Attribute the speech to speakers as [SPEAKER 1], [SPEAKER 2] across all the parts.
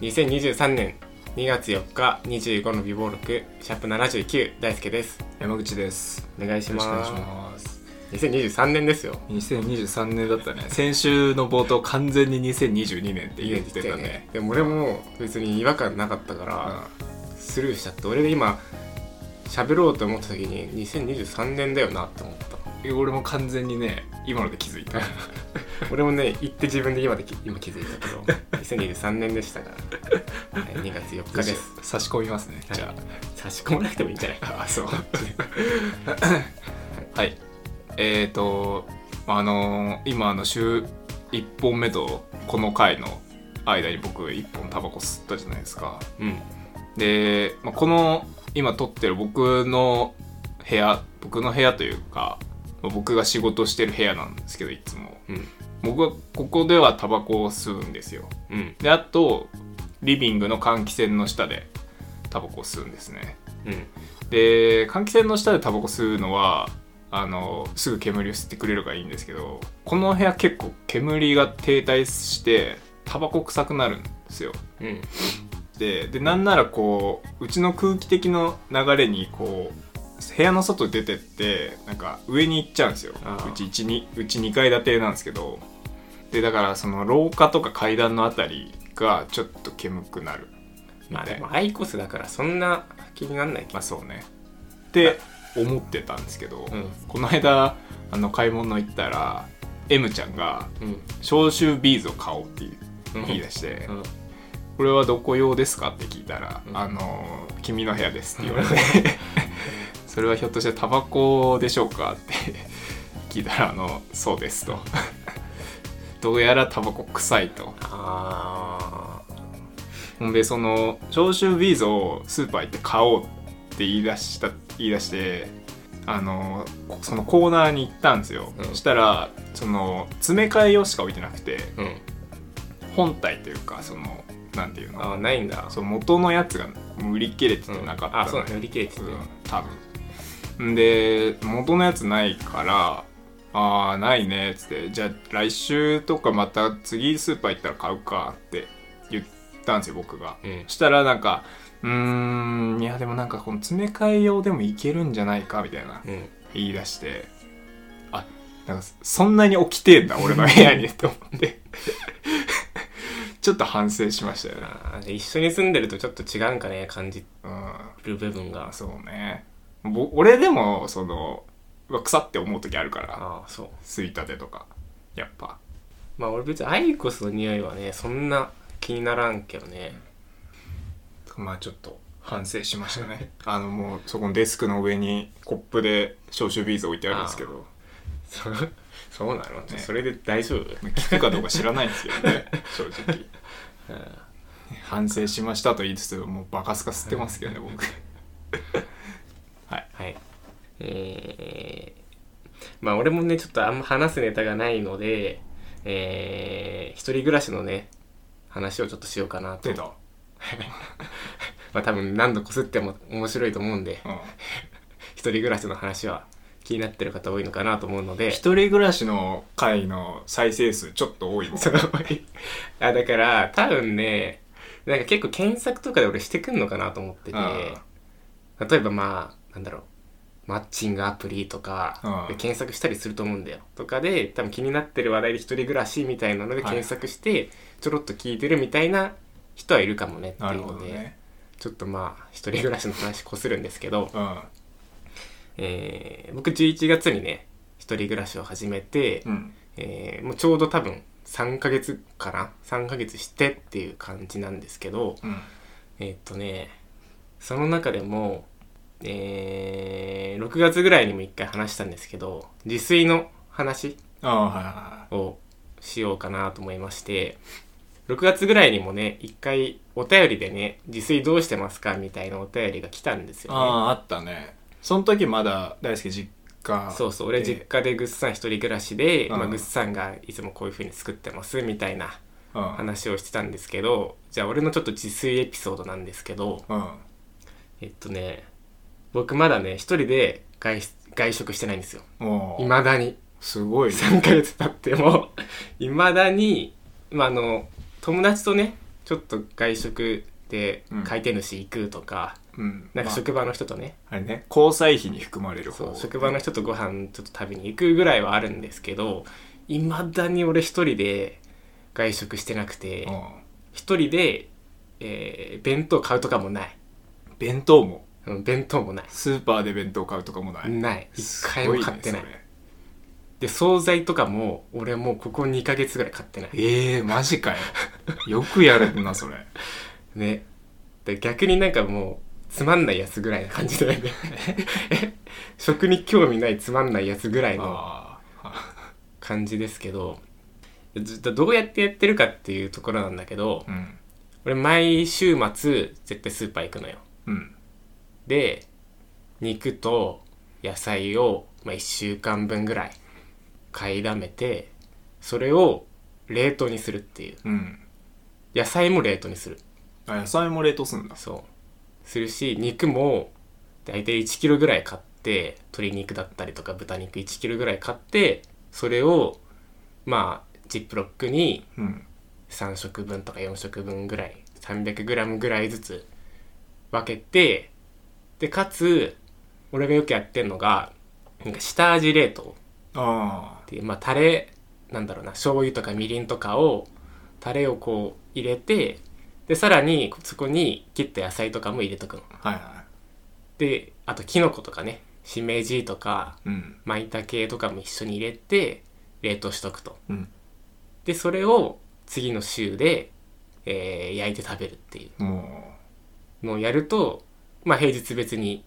[SPEAKER 1] 2023年2月4日25の美貌録シャープ79大輔です
[SPEAKER 2] 山口です
[SPEAKER 1] お願いし
[SPEAKER 2] よろしくお願
[SPEAKER 1] ま
[SPEAKER 2] い
[SPEAKER 1] す
[SPEAKER 2] します
[SPEAKER 1] 2023年ですよ
[SPEAKER 2] 2023年だったね先週の冒頭完全に2022年って言ってたね
[SPEAKER 1] でも俺も別に違和感なかったからスルーしちゃって俺が今喋ろうと思った時に2023年だよなって思った
[SPEAKER 2] うん俺も完全にね今ので気づいた
[SPEAKER 1] 俺もね言って自分で今でき今気づいたけど 2023年でしたから、はい、2月4日です
[SPEAKER 2] 差し込みますね、
[SPEAKER 1] はい
[SPEAKER 2] じゃ
[SPEAKER 1] 差し込まなくてもいいんじゃないか
[SPEAKER 2] ああそうはいえーとあのー今あの週1本目とこの回の間に僕1本タバコ吸ったじゃないですか
[SPEAKER 1] うん
[SPEAKER 2] で、まあ、この今撮ってる僕の部屋僕の部屋というかまあ僕が仕事してる部屋なんですけどいつも
[SPEAKER 1] うん
[SPEAKER 2] 僕はここではタバコを吸うんですよ
[SPEAKER 1] うん
[SPEAKER 2] であとリビングの換気扇の下でタバコを吸うんですね
[SPEAKER 1] うん
[SPEAKER 2] で換気扇の下でタバコ吸うのはあのすぐ煙を吸ってくれるからいいんですけどこの部屋結構煙が停滞してタバコ臭くなるんですよ
[SPEAKER 1] うん
[SPEAKER 2] ででなんならこううちの空気的の流れにこう部屋の外出てってなんか上に行っちゃうんですよ
[SPEAKER 1] あー
[SPEAKER 2] うち1にうち2階建てなんですけどでだからその廊下とか階段のあたりがちょっと煙くなるみ
[SPEAKER 1] まあ
[SPEAKER 2] た
[SPEAKER 1] で
[SPEAKER 2] いな
[SPEAKER 1] もアイコスだからそんな気になんないけど
[SPEAKER 2] まあそうねって思ってたんですけど、
[SPEAKER 1] うん
[SPEAKER 2] この間あの買い物行ったら M ちゃんが
[SPEAKER 1] うん
[SPEAKER 2] 消臭ビーズを買おうって
[SPEAKER 1] うん
[SPEAKER 2] 言い出して、
[SPEAKER 1] うん
[SPEAKER 2] これはどこ用ですかって聞いたら「
[SPEAKER 1] うん
[SPEAKER 2] あのー君の部屋です」って言われて「 それはひょっとしてタバコでしょうか?」って 聞いたら「あのそうです」と「どうやらタバコ臭い」と
[SPEAKER 1] あー
[SPEAKER 2] ほんでその消臭ビーズをスーパー行って買おうって言い出した言い出してあのーそのコーナーに行ったんですよ、
[SPEAKER 1] うん
[SPEAKER 2] そしたらその詰め替え用しか置いてなくて
[SPEAKER 1] うん
[SPEAKER 2] 本体というかそのなんていうの
[SPEAKER 1] あーないんだ
[SPEAKER 2] そう元のやつが売り切れててなかったの、
[SPEAKER 1] あそうだね売り切れてて、
[SPEAKER 2] うん多分んで元のやつないからああないねっつってじゃあ来週とかまた次スーパー行ったら買うかって言ったんですよ僕が、
[SPEAKER 1] うん
[SPEAKER 2] そしたらなんかうーんいやでもなんかこの詰め替え用でもいけるんじゃないかみたいな
[SPEAKER 1] うん
[SPEAKER 2] 言い出してあなんかそんなに起きてんだ俺の部屋にと思ってちょっと反省しましたよね
[SPEAKER 1] あーで一緒に住んでるとちょっと違うんかね感じ
[SPEAKER 2] うん
[SPEAKER 1] る部分が
[SPEAKER 2] そうねぼ俺でもそのうわ腐って思う時あるから
[SPEAKER 1] ああそう
[SPEAKER 2] 吸いたてとかやっぱ
[SPEAKER 1] まあ俺別にアイコスの匂いはねそんな気にならんけどね
[SPEAKER 2] まあちょっと反省しましたね あのもうそこのデスクの上にコップで消臭ビーズ置いてあるんですけど
[SPEAKER 1] そ そうなの、
[SPEAKER 2] ね
[SPEAKER 1] それで大丈夫
[SPEAKER 2] まあ聞くかどうか知らないんですけどね 正直反省しましたと言いつつもうバカスカ吸ってますけどね僕はい
[SPEAKER 1] はいえー、まあ俺もねちょっとあんま話すネタがないのでえー、一人暮らしのね話をちょっとしようかなと
[SPEAKER 2] 出た、うん、
[SPEAKER 1] まあ多分何度こすっても面白いと思うんで一人暮らしの話は気になってる方多いのかなと思うので
[SPEAKER 2] 一人暮らしの回の再生数ちょっと多いも ん
[SPEAKER 1] そのあだから多分ねなんか結構検索とかで俺してくんのかなと思ってて例えばまあなんだろうマッチングアプリとか
[SPEAKER 2] うん
[SPEAKER 1] で検索したりすると思うんだよとかで多分気になってる話題で一人暮らしみたいなので
[SPEAKER 2] はい
[SPEAKER 1] 検索してちょろっと聞いてるみたいな人はいるかもねって
[SPEAKER 2] ないる
[SPEAKER 1] う
[SPEAKER 2] ほ
[SPEAKER 1] の
[SPEAKER 2] ど
[SPEAKER 1] で、
[SPEAKER 2] ね
[SPEAKER 1] ちょっとまあ一人暮らしの話こするんですけど、
[SPEAKER 2] うん
[SPEAKER 1] えー僕11月にね一人暮らしを始めて、
[SPEAKER 2] うん
[SPEAKER 1] えーもうちょうど多分3ヶ月かな3ヶ月してっていう感じなんですけど
[SPEAKER 2] うん
[SPEAKER 1] えーっとねその中でもえー6月ぐらいにも一回話したんですけど自炊の話
[SPEAKER 2] ああはいは
[SPEAKER 1] をしようかなと思いまして6月ぐらいにもね一回お便りでね自炊どうしてますかみたいなお便りが来たんです
[SPEAKER 2] い
[SPEAKER 1] よね
[SPEAKER 2] あああったねその時まだ大輔実家
[SPEAKER 1] そうそう俺
[SPEAKER 2] で
[SPEAKER 1] 実家でぐっさん一人暮らしで、
[SPEAKER 2] うん
[SPEAKER 1] まあ、ぐっさんがいつもこういう風に作ってますみたいな
[SPEAKER 2] うん
[SPEAKER 1] 話をしてたんですけどじゃあ俺のちょっと自炊エピソードなんですけど
[SPEAKER 2] うん
[SPEAKER 1] えっとね僕まだね一人で外出外食してないんですよ
[SPEAKER 2] もう
[SPEAKER 1] いまだに
[SPEAKER 2] すごいね
[SPEAKER 1] 3ヶ月経ってもいまだに、まあ、あの友達とねちちょっと外食で
[SPEAKER 2] うん
[SPEAKER 1] 回転寿司行くとか、
[SPEAKER 2] うん
[SPEAKER 1] なんか職場の人とね、
[SPEAKER 2] まあ、あれね交際費に含まれる
[SPEAKER 1] そ
[SPEAKER 2] 方
[SPEAKER 1] う職場の人とご飯ちょっと食べに行くぐらいはあるんですけどいまだに俺一人で外食してなくて
[SPEAKER 2] う
[SPEAKER 1] 一人で、えー弁当買うとかもない
[SPEAKER 2] ん弁当も
[SPEAKER 1] うん弁当もな
[SPEAKER 2] スーパーで弁当買うとかもない
[SPEAKER 1] いない一回
[SPEAKER 2] すご
[SPEAKER 1] も
[SPEAKER 2] ね
[SPEAKER 1] 買ってない
[SPEAKER 2] それ
[SPEAKER 1] で惣菜とかも俺もうここ2ヶ月ぐらい買ってない
[SPEAKER 2] ええマ ジかよよくやるなそれ
[SPEAKER 1] ねで逆になんかもうつまんないやつぐらいな感じだよ ねえ食に興味ないつまんないやつぐらいの
[SPEAKER 2] ああ
[SPEAKER 1] 感じですけどずどうやってやってるかっていうところなんだけど
[SPEAKER 2] うん
[SPEAKER 1] 俺毎週末絶対スーパー行くのよ
[SPEAKER 2] うん
[SPEAKER 1] で肉と野菜を、まあ、1週間分ぐらい買いだめてそれを冷凍にするっていう
[SPEAKER 2] うん
[SPEAKER 1] 野菜も冷凍にする
[SPEAKER 2] あ野菜も冷凍すんだ
[SPEAKER 1] そうするし肉も大体1キロぐらい買って鶏肉だったりとか豚肉1キロぐらい買ってそれをまあジップロックに
[SPEAKER 2] うん
[SPEAKER 1] 3食分とか4食分ぐらい 300g ぐらいずつ分けてでかつ俺がよくやってんのがなんか下味冷凍
[SPEAKER 2] あ
[SPEAKER 1] っていうまあタレなんだろうな醤油とかみりんとかをタレをこう入れてでさらにそこに切った野菜とかも入れとくの
[SPEAKER 2] あはいは
[SPEAKER 1] であとキノコとかねしめじとか
[SPEAKER 2] いうん
[SPEAKER 1] まいたけとかも一緒に入れて冷凍しとくと
[SPEAKER 2] うん
[SPEAKER 1] でそれを次の週で、えー焼いて食べるっていう
[SPEAKER 2] も
[SPEAKER 1] のをやると、まあ、平日別に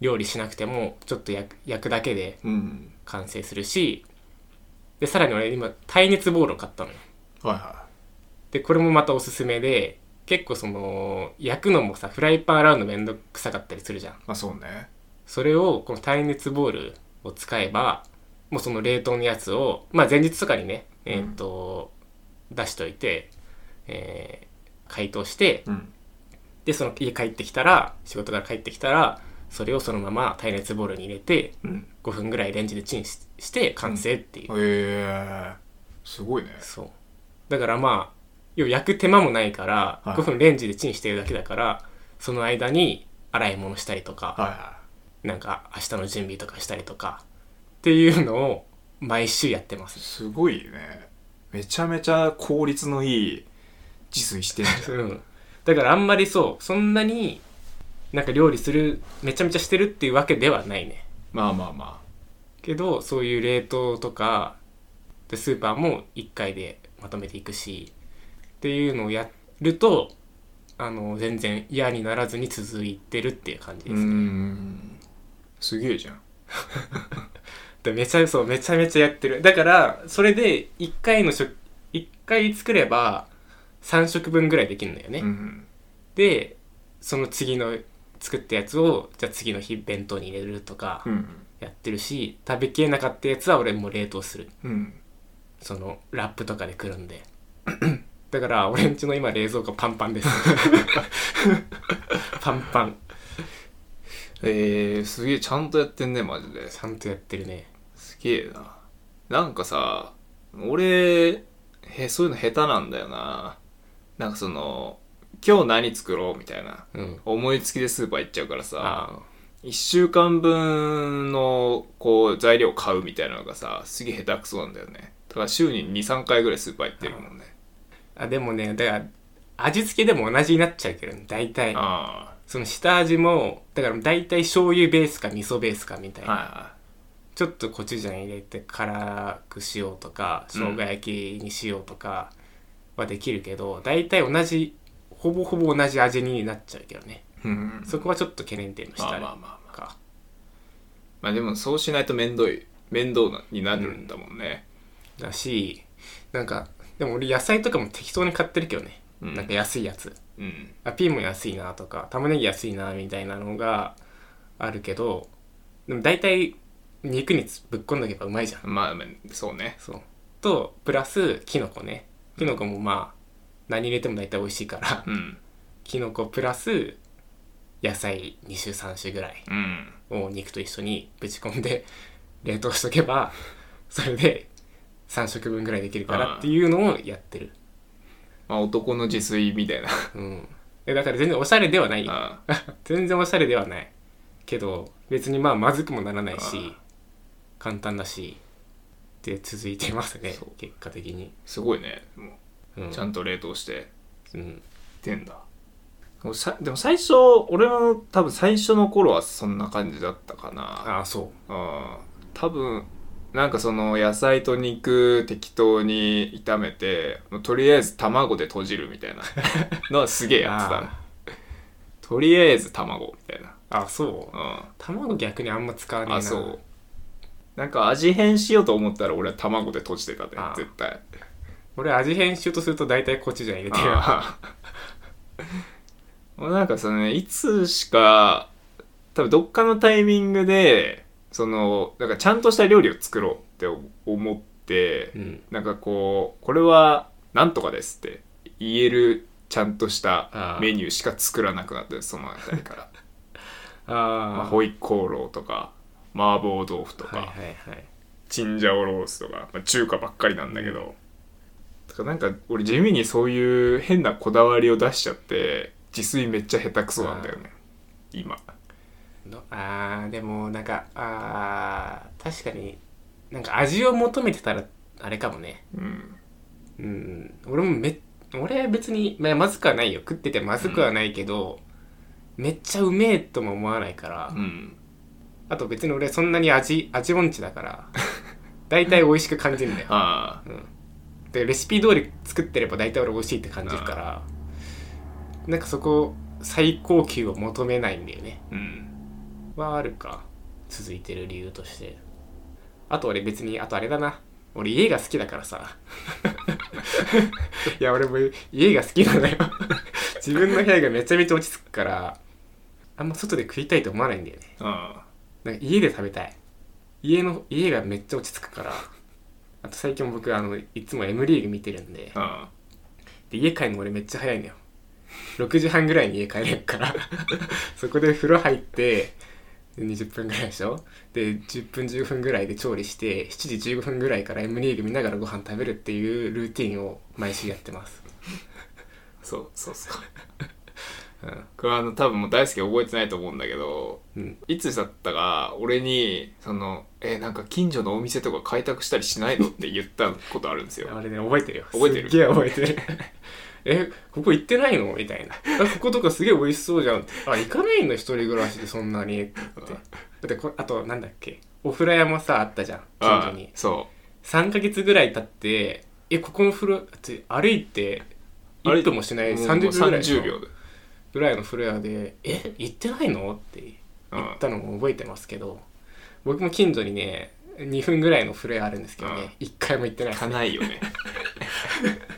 [SPEAKER 1] 料理しなくてもちょっと焼く焼くだけで
[SPEAKER 2] ううん
[SPEAKER 1] 完成するしでさらに俺今耐熱ボウルを買ったのよ
[SPEAKER 2] はいは
[SPEAKER 1] でこれもまたおすすめで結構その焼くのもさフライパン洗うのめんどくさかったりするじゃん
[SPEAKER 2] いまあそうね
[SPEAKER 1] それをこの耐熱ボウルを使えばもうその冷凍のやつを、まあ、前日とかにね、
[SPEAKER 2] うん
[SPEAKER 1] えー、と出しておいて、えー解凍して
[SPEAKER 2] うん
[SPEAKER 1] でその家帰ってきたら仕事から帰ってきたらそれをそのまま耐熱ボウルに入れて
[SPEAKER 2] うん
[SPEAKER 1] 5分ぐらいレンジでチンしして完成っていう、
[SPEAKER 2] ええすごいね
[SPEAKER 1] そうだからまあ要は焼く手間もないから、
[SPEAKER 2] はい
[SPEAKER 1] 5分レンジでチンしてるだけだからその間に洗い物したりとか
[SPEAKER 2] はいは
[SPEAKER 1] なんか明日の準備とかしたりとかっていうのを毎週やってま
[SPEAKER 2] い
[SPEAKER 1] す
[SPEAKER 2] すごいねめちゃめちゃ効率のいい自炊してんじゃん
[SPEAKER 1] うんだからあんまりそうそんなになんか料理するめちゃめちゃしてるっていうわけではないね
[SPEAKER 2] まあまあま
[SPEAKER 1] けどそういう冷凍とかでスーパーも1回でまとめていくしっていうのをやるとあの全然嫌にならずに続いてるっていう感じ
[SPEAKER 2] あ
[SPEAKER 1] です、
[SPEAKER 2] んすげえじゃん
[SPEAKER 1] でめちゃそうめちゃめちゃやってるだからそれで1回の食1回作れば3食分ぐらいできるんだよね、
[SPEAKER 2] うん
[SPEAKER 1] でその次の作ったやつをじゃあ次の日弁当に入れるとか
[SPEAKER 2] うん
[SPEAKER 1] やってるし、食べきれなかったやつは俺もう冷凍する
[SPEAKER 2] うん
[SPEAKER 1] そのラップとかでくるんで だから俺んちの今冷蔵庫パンパンです パンパン
[SPEAKER 2] えー、すげえちゃんとやってんねマジで
[SPEAKER 1] ちゃんとやってるね
[SPEAKER 2] すげえななんかさ俺へそういうの下手なんだよななんかその今日何作ろうみたいな
[SPEAKER 1] うん
[SPEAKER 2] 思いつきでスーパー行っちゃうからさ
[SPEAKER 1] あ
[SPEAKER 2] 1週間分のこう材料買うみたいなのがさすげえ下手くそなんだよねだから週に23回ぐらいスーパー行ってるもんね
[SPEAKER 1] あでもねだから味付けでも同じになっちゃうけどね大体
[SPEAKER 2] あ
[SPEAKER 1] その下味もだから大体醤油ベースか味噌ベースかみたい
[SPEAKER 2] あ
[SPEAKER 1] な、
[SPEAKER 2] はいは
[SPEAKER 1] ちょっとコチュジャン入れて辛くしようとか
[SPEAKER 2] うん
[SPEAKER 1] 生姜焼きにしようとかはできるけど、大体同じほぼほぼ同じ味になっちゃうけどね
[SPEAKER 2] いうん
[SPEAKER 1] そこはちょっと懸念点の
[SPEAKER 2] まあま
[SPEAKER 1] 下
[SPEAKER 2] あまあ
[SPEAKER 1] か、
[SPEAKER 2] まあまあでもそうしないと面倒い面倒なになるんだもんね、
[SPEAKER 1] だしなんかでも俺野菜とかも適当に買ってるけどね、
[SPEAKER 2] うん
[SPEAKER 1] なんか安いやつ
[SPEAKER 2] うん、
[SPEAKER 1] あピーも安いなとか玉ねぎ安いなみたいなのがあるけどでも大体肉につぶっこんどけばうまいじゃん
[SPEAKER 2] まあまあそうね
[SPEAKER 1] そうとプラスキノコねキノコもまあ何入れても大体美味しいから
[SPEAKER 2] うん
[SPEAKER 1] キノコプラス野菜2種3種ぐらい
[SPEAKER 2] うん
[SPEAKER 1] を肉と一緒にぶち込んで 冷凍しとけばそれで3食分ぐらいできるからっていうのをやってる
[SPEAKER 2] あまあ、男の自炊みたいな
[SPEAKER 1] うんえだから全然おしゃれではないよ
[SPEAKER 2] あ
[SPEAKER 1] 全然おしゃれではないけど別にまあまずくもならないし簡単だしで続いてますね
[SPEAKER 2] そう
[SPEAKER 1] 結果的に、
[SPEAKER 2] すごいねも
[SPEAKER 1] うん
[SPEAKER 2] うちゃんと冷凍して
[SPEAKER 1] うん
[SPEAKER 2] ってんだでもさでも最初俺の多分最初の頃はそんな感じだったかな
[SPEAKER 1] ああそう
[SPEAKER 2] うん多分なんかその野菜と肉適当に炒めてもうとりあえず卵で閉じるみ たいなのはすげえやってたね
[SPEAKER 1] あ
[SPEAKER 2] とりあえず卵みたいな
[SPEAKER 1] ああそう
[SPEAKER 2] うん
[SPEAKER 1] 卵逆にあんま使わねえな
[SPEAKER 2] あそうなんか味変しようと思ったら俺は卵で閉じてたね
[SPEAKER 1] あー
[SPEAKER 2] 絶対
[SPEAKER 1] 俺味変しようとすると大体コチュジャン入れてる
[SPEAKER 2] あーもうなんかそのねいつしか多分どっかのタイミングでそのなんかちゃんとした料理を作ろうって思って、
[SPEAKER 1] うん
[SPEAKER 2] なんかこうこれはなんとかですって言えるちゃんとした
[SPEAKER 1] あー
[SPEAKER 2] メニューしか作らなくなってそのあたり からまあ、
[SPEAKER 1] ああ
[SPEAKER 2] ホイコーローとか麻婆豆腐とか、
[SPEAKER 1] はいはいはい
[SPEAKER 2] チンジャオロースとか、まあ、中華ばっかりなんだけど、だからなんか俺地味にそういう変なこだわりを出しちゃって自炊めっちゃ下手くそなんだよね今
[SPEAKER 1] のあーでもなんかあー確かになんか味を求めてたらあれかもね
[SPEAKER 2] うん
[SPEAKER 1] うん俺もめ俺別に、まあ、まずくはないよ食っててまずくはないけど、めっちゃうめえとも思わないから、
[SPEAKER 2] うん
[SPEAKER 1] あと別に俺そんなに味味音痴だから大体美味しく感じる んだよ
[SPEAKER 2] ああ
[SPEAKER 1] でレシピ通り作ってれば大体俺美味しいって感じるからなんかそこ最高級を求めないんだよね
[SPEAKER 2] うん
[SPEAKER 1] はあるか続いてる理由としてあと俺別にあとあれだな俺家が好きだからさ いや俺も家が好きなのよ自分の部屋がめちゃめちゃ落ち着くからあんま外で食いたいと思わないんだよね
[SPEAKER 2] あ
[SPEAKER 1] なんか家で食べたい家の家がめっちゃ落ち着くからあと最近僕あのいつも M リーグ見てるんで
[SPEAKER 2] ああ
[SPEAKER 1] で家帰るの俺めっちゃ早いのよ6時半ぐらいに家帰れるから そこで風呂入ってで20分ぐらいでしょで10分15分ぐらいで調理して7時15分ぐらいから M リーグ見ながらご飯食べるっていうルーティンを毎週やってます
[SPEAKER 2] そうそう そう
[SPEAKER 1] うん
[SPEAKER 2] これはあの多分もう大輔覚えてないと思うんだけど
[SPEAKER 1] うん
[SPEAKER 2] いつだったか俺にその「えなんか近所のお店とか開拓したりしないの?」って言ったことある んですよ
[SPEAKER 1] あれね覚えてるよ
[SPEAKER 2] 覚えてる
[SPEAKER 1] すっげえ覚えてる えここ行ってないのみたいなあこことかすげえ美味しそうじゃんあ行かないの一人暮らしでそんなにってだってこあとなんだっけお風呂屋もさあったじゃん近所
[SPEAKER 2] ああ
[SPEAKER 1] に
[SPEAKER 2] そ
[SPEAKER 1] 3ヶ月ぐらい経ってえここの風呂つ歩いて
[SPEAKER 2] うあれ
[SPEAKER 1] 1分もしない
[SPEAKER 2] もう
[SPEAKER 1] 30秒ぐらい
[SPEAKER 2] 30
[SPEAKER 1] の
[SPEAKER 2] 秒で
[SPEAKER 1] ぐらいの風呂屋で「え行ってないの?」って言ったのも覚えてますけど僕も近所にね2分ぐらいの風呂屋あるんですけどね1回も行ってない
[SPEAKER 2] 行かないよね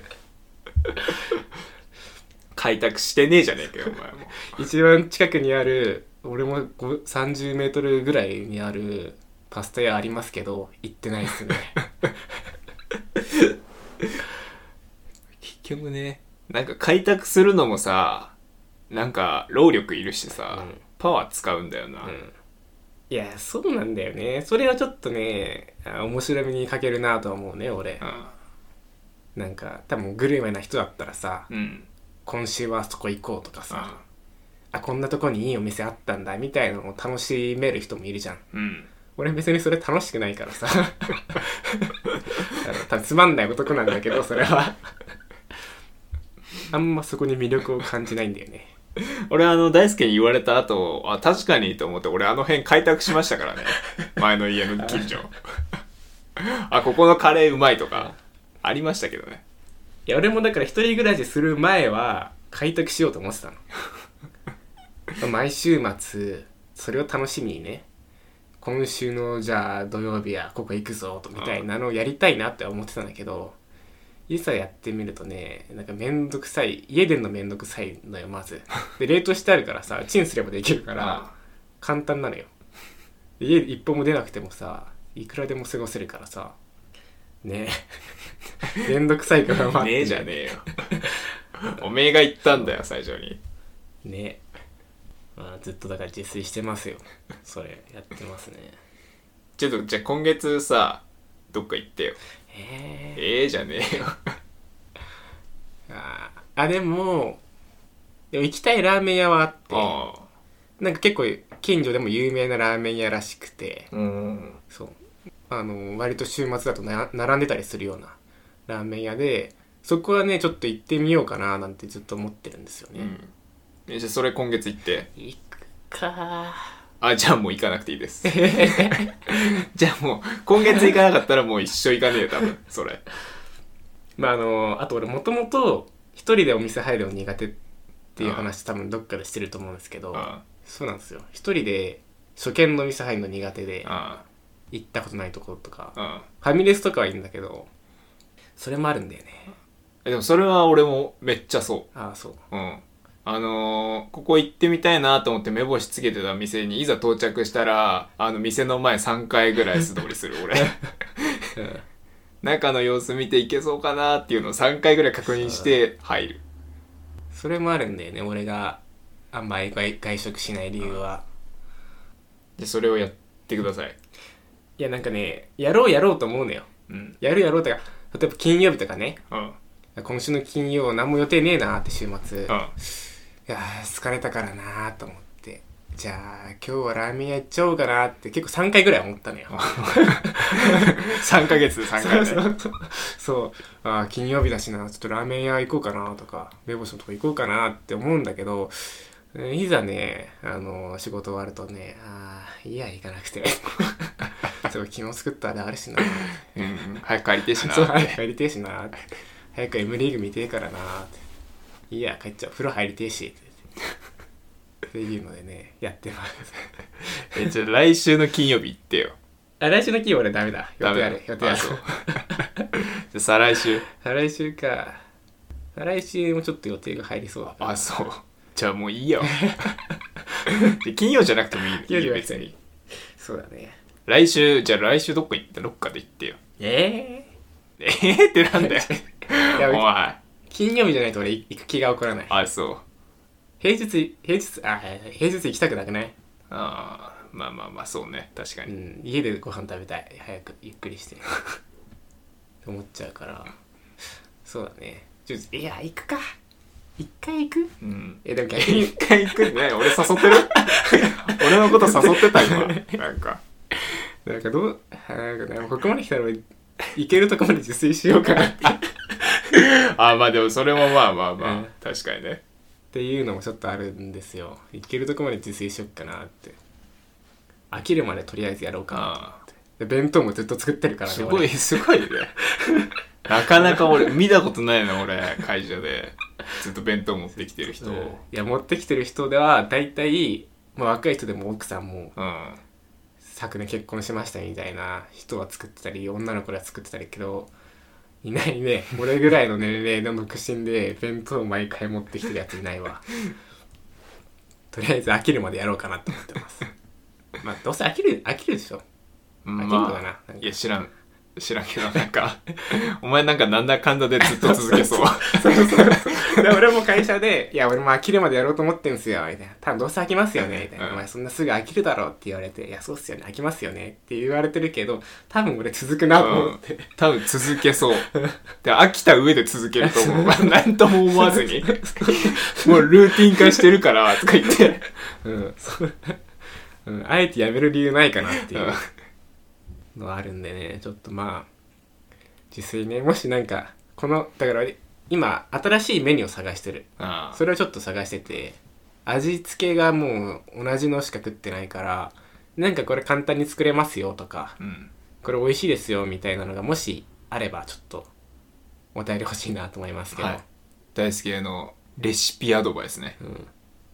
[SPEAKER 2] 開拓してねえじゃねえかよお前も
[SPEAKER 1] 一番近くにある俺も5 30メートルぐらいにあるパスタ屋ありますけど行ってない ですね
[SPEAKER 2] 結局ねなんか開拓するのもさなんか労力いるしさ、
[SPEAKER 1] うん
[SPEAKER 2] パワー使うんだよな、
[SPEAKER 1] うんいやそうなんだよねそれはちょっとねあ面白みに欠けるなとは思うね俺なんか多分グルメな人だったらさ
[SPEAKER 2] うんうん
[SPEAKER 1] 今週はそこ行こうとかさ
[SPEAKER 2] あ
[SPEAKER 1] あこんなとこにいいお店あったんだみたいなのを楽しめる人もいるじゃん
[SPEAKER 2] うん
[SPEAKER 1] 俺別にそれ楽しくないからさあの多分つまんない男なんだけどそれはあんまそこに魅力を感じないんだよね
[SPEAKER 2] 俺あの大輔に言われた後あ確かにと思って俺あの辺開拓しました からね前の家の近所あここのカレーうまいとかありましたけどね
[SPEAKER 1] いや俺もだから一人暮らしする前は開拓しようと思ってたの毎週末それを楽しみにね今週のじゃあ土曜日はここ行くぞとみたいなのをやりたいなって思ってたんだけどいざやってみるとねなんかめんどくさい家でのめんどくさいのよまずで冷凍してあるからさチンすればできるから簡単なのよで家一歩も出なくてもさいくらでも過ごせるからさ ねえめんどくさいからまあ
[SPEAKER 2] ねえじゃねえよおめえが言ったんだよ最初に
[SPEAKER 1] ねまあずっとだから自炊してますよそれやってますね
[SPEAKER 2] ちょっとじゃあ今月さどっか行ってよ
[SPEAKER 1] ええ
[SPEAKER 2] ええじゃねえよ
[SPEAKER 1] ああでもでも行きたいラーメン屋はあって
[SPEAKER 2] ああ
[SPEAKER 1] なんか結構近所でも有名なラーメン屋らしくて
[SPEAKER 2] うん
[SPEAKER 1] そうあの割と週末だとな並んでたりするようなラーメン屋でそこはねちょっと行ってみようかななんてずっと思ってるんですよ
[SPEAKER 2] う
[SPEAKER 1] ね、
[SPEAKER 2] んえじゃあそれ今月行って
[SPEAKER 1] 行くか
[SPEAKER 2] あじゃあもう行かなくていいです
[SPEAKER 1] ー
[SPEAKER 2] じゃあもう今月行かなかったらもう一生行かねえよ多分それ
[SPEAKER 1] まああのあと俺もともと一人でお店入るの苦手っていう話多分どっかでしてると思うんですけど
[SPEAKER 2] あ
[SPEAKER 1] そうなんですよ一人で初見の店入るの苦手で
[SPEAKER 2] あ
[SPEAKER 1] 行ったことないところとか
[SPEAKER 2] ああ
[SPEAKER 1] ファミレスとかはいいんだけどそれもあるんだよね
[SPEAKER 2] えでもそれは俺もめっちゃそ
[SPEAKER 1] ああそう
[SPEAKER 2] ううんあのーここ行ってみたいなと思って目星つけてた店にいざ到着したらあの店の前3回ぐらい素通りする 俺
[SPEAKER 1] うん
[SPEAKER 2] 中の様子見ていけそうかなっていうのを3回ぐらい確認して入る
[SPEAKER 1] それもあるんだよね俺があんまり外外食しない理由は
[SPEAKER 2] でそれをやってください
[SPEAKER 1] いやなんかねやろうやろうと思うのよ
[SPEAKER 2] うん
[SPEAKER 1] やるやろうとか例えば金曜日とかね
[SPEAKER 2] うん
[SPEAKER 1] 今週の金曜何も予定ねえなーって週末
[SPEAKER 2] うん
[SPEAKER 1] いやー疲れたからなーと思ってじゃあ今日はラーメン屋行っちゃおうかなーって結構3回ぐらい思ったのよ
[SPEAKER 2] 3ヶ月で3
[SPEAKER 1] そ
[SPEAKER 2] 回
[SPEAKER 1] う
[SPEAKER 2] ね
[SPEAKER 1] そうそうそうあー金曜日だしなちょっとラーメン屋行こうかなとか目星のとこ行こうかなって思うんだけどえーいざね、あの仕事終わるとね、ああ、いや、行かなくて。 すごい気も作ったらあるしな。
[SPEAKER 2] うん早く帰りてえしな
[SPEAKER 1] そう、早く帰りてえしな。早く M リーグ見てえからな。いや、帰っちゃう。風呂入りてえし。っていうのでね、やってます。
[SPEAKER 2] えじゃあ来週の金曜日行ってよ
[SPEAKER 1] あ、来週の金曜俺ダメだ。予定ある。予定あ
[SPEAKER 2] あ
[SPEAKER 1] る
[SPEAKER 2] そう じゃあ再来週
[SPEAKER 1] 再来週か。再来週もちょっと予定が入りそうだから。
[SPEAKER 2] あそうじゃあもういい よで金曜じゃなくてもいいの
[SPEAKER 1] 金曜日は
[SPEAKER 2] 別に
[SPEAKER 1] そうだね。
[SPEAKER 2] 来週じゃあ来週どっか行ってどっかで行ってよ
[SPEAKER 1] え
[SPEAKER 2] えー、ってなん だよ
[SPEAKER 1] え
[SPEAKER 2] おい
[SPEAKER 1] や金曜日じゃないと俺行く気が起こらない。
[SPEAKER 2] あそう
[SPEAKER 1] 平日、平日、あ、平日行きたくなくない
[SPEAKER 2] あーまあまあまあそうね確か
[SPEAKER 1] う
[SPEAKER 2] に、
[SPEAKER 1] ん、家でご飯食べたい。早く、ゆっくりして。 と思っちゃうから。そうだね。ちょっといや、行くか。一回行く
[SPEAKER 2] うん、
[SPEAKER 1] え、でも逆
[SPEAKER 2] 一
[SPEAKER 1] に、
[SPEAKER 2] 回行くね俺誘って る俺のこと誘ってた 今なんか
[SPEAKER 1] なんかどう、あなんかね、ここまで来たら俺、行けるとこまで自炊しようかなって。
[SPEAKER 2] あーまあでもそれもまあまあまあ、
[SPEAKER 1] うん
[SPEAKER 2] 確かにね
[SPEAKER 1] っていうのもちょっとあるんですよ行けるとこまで自炊しよっかなって飽きるまでとりあえずやろうかな
[SPEAKER 2] ああ
[SPEAKER 1] で弁当もずっと作ってるからね
[SPEAKER 2] すごい
[SPEAKER 1] 俺
[SPEAKER 2] すごい ねなかなか俺見たことないの俺会社でずっと弁当持ってきてる人
[SPEAKER 1] う
[SPEAKER 2] うんん
[SPEAKER 1] いや持ってきてる人では大体、まあ、若い人でも奥さんも昨年結婚しましたみたいな人は作ってたり女の子ら作ってたりけどいないね俺ぐらいの年齢の独身で弁当を毎回持ってきてるやついないわとりあえず飽きるまでやろうかなと思ってますまあどうせ飽きる飽きるでしょ飽きるのかな
[SPEAKER 2] まあいや知らん知らんけどなんか お前なんかなんだかんだでずっと続けそう
[SPEAKER 1] そうそうそう。で、俺も会社で、いや、俺も飽きるまでやろうと思ってんすよ、みたいな。多分どうせ飽きますよね、みたいな。
[SPEAKER 2] うん
[SPEAKER 1] お前そんなすぐ飽きるだろうって言われて、いや、そうっすよね、飽きますよねって言われてるけど、多分俺続くなと思って。
[SPEAKER 2] 多分続けそうで飽きた上で続けると思う 何とも思わずにもうルーティン化してるからとか言って
[SPEAKER 1] うん、そう。うん、あえてやめる理由ないかなって いうのはあるんでね、ちょっとまあ、自炊ね、もしなんか、この、だから今、新しいメニューを探してる。
[SPEAKER 2] ああ
[SPEAKER 1] それをちょっと探してて味付けがもう同じのしか食ってないからなんかこれ簡単に作れますよとか
[SPEAKER 2] うん
[SPEAKER 1] これ美味しいですよみたいなのがもしあればちょっとお便り欲しいなと思いますけど、
[SPEAKER 2] はい大輔のレシピアドバイスね
[SPEAKER 1] うん、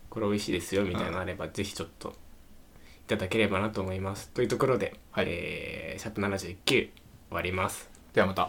[SPEAKER 1] これ美味しいですよみたいなのあれば、ぜひちょっといただければなと思いますというところで、
[SPEAKER 2] はい
[SPEAKER 1] えー、シャープ79終わります
[SPEAKER 2] ではまた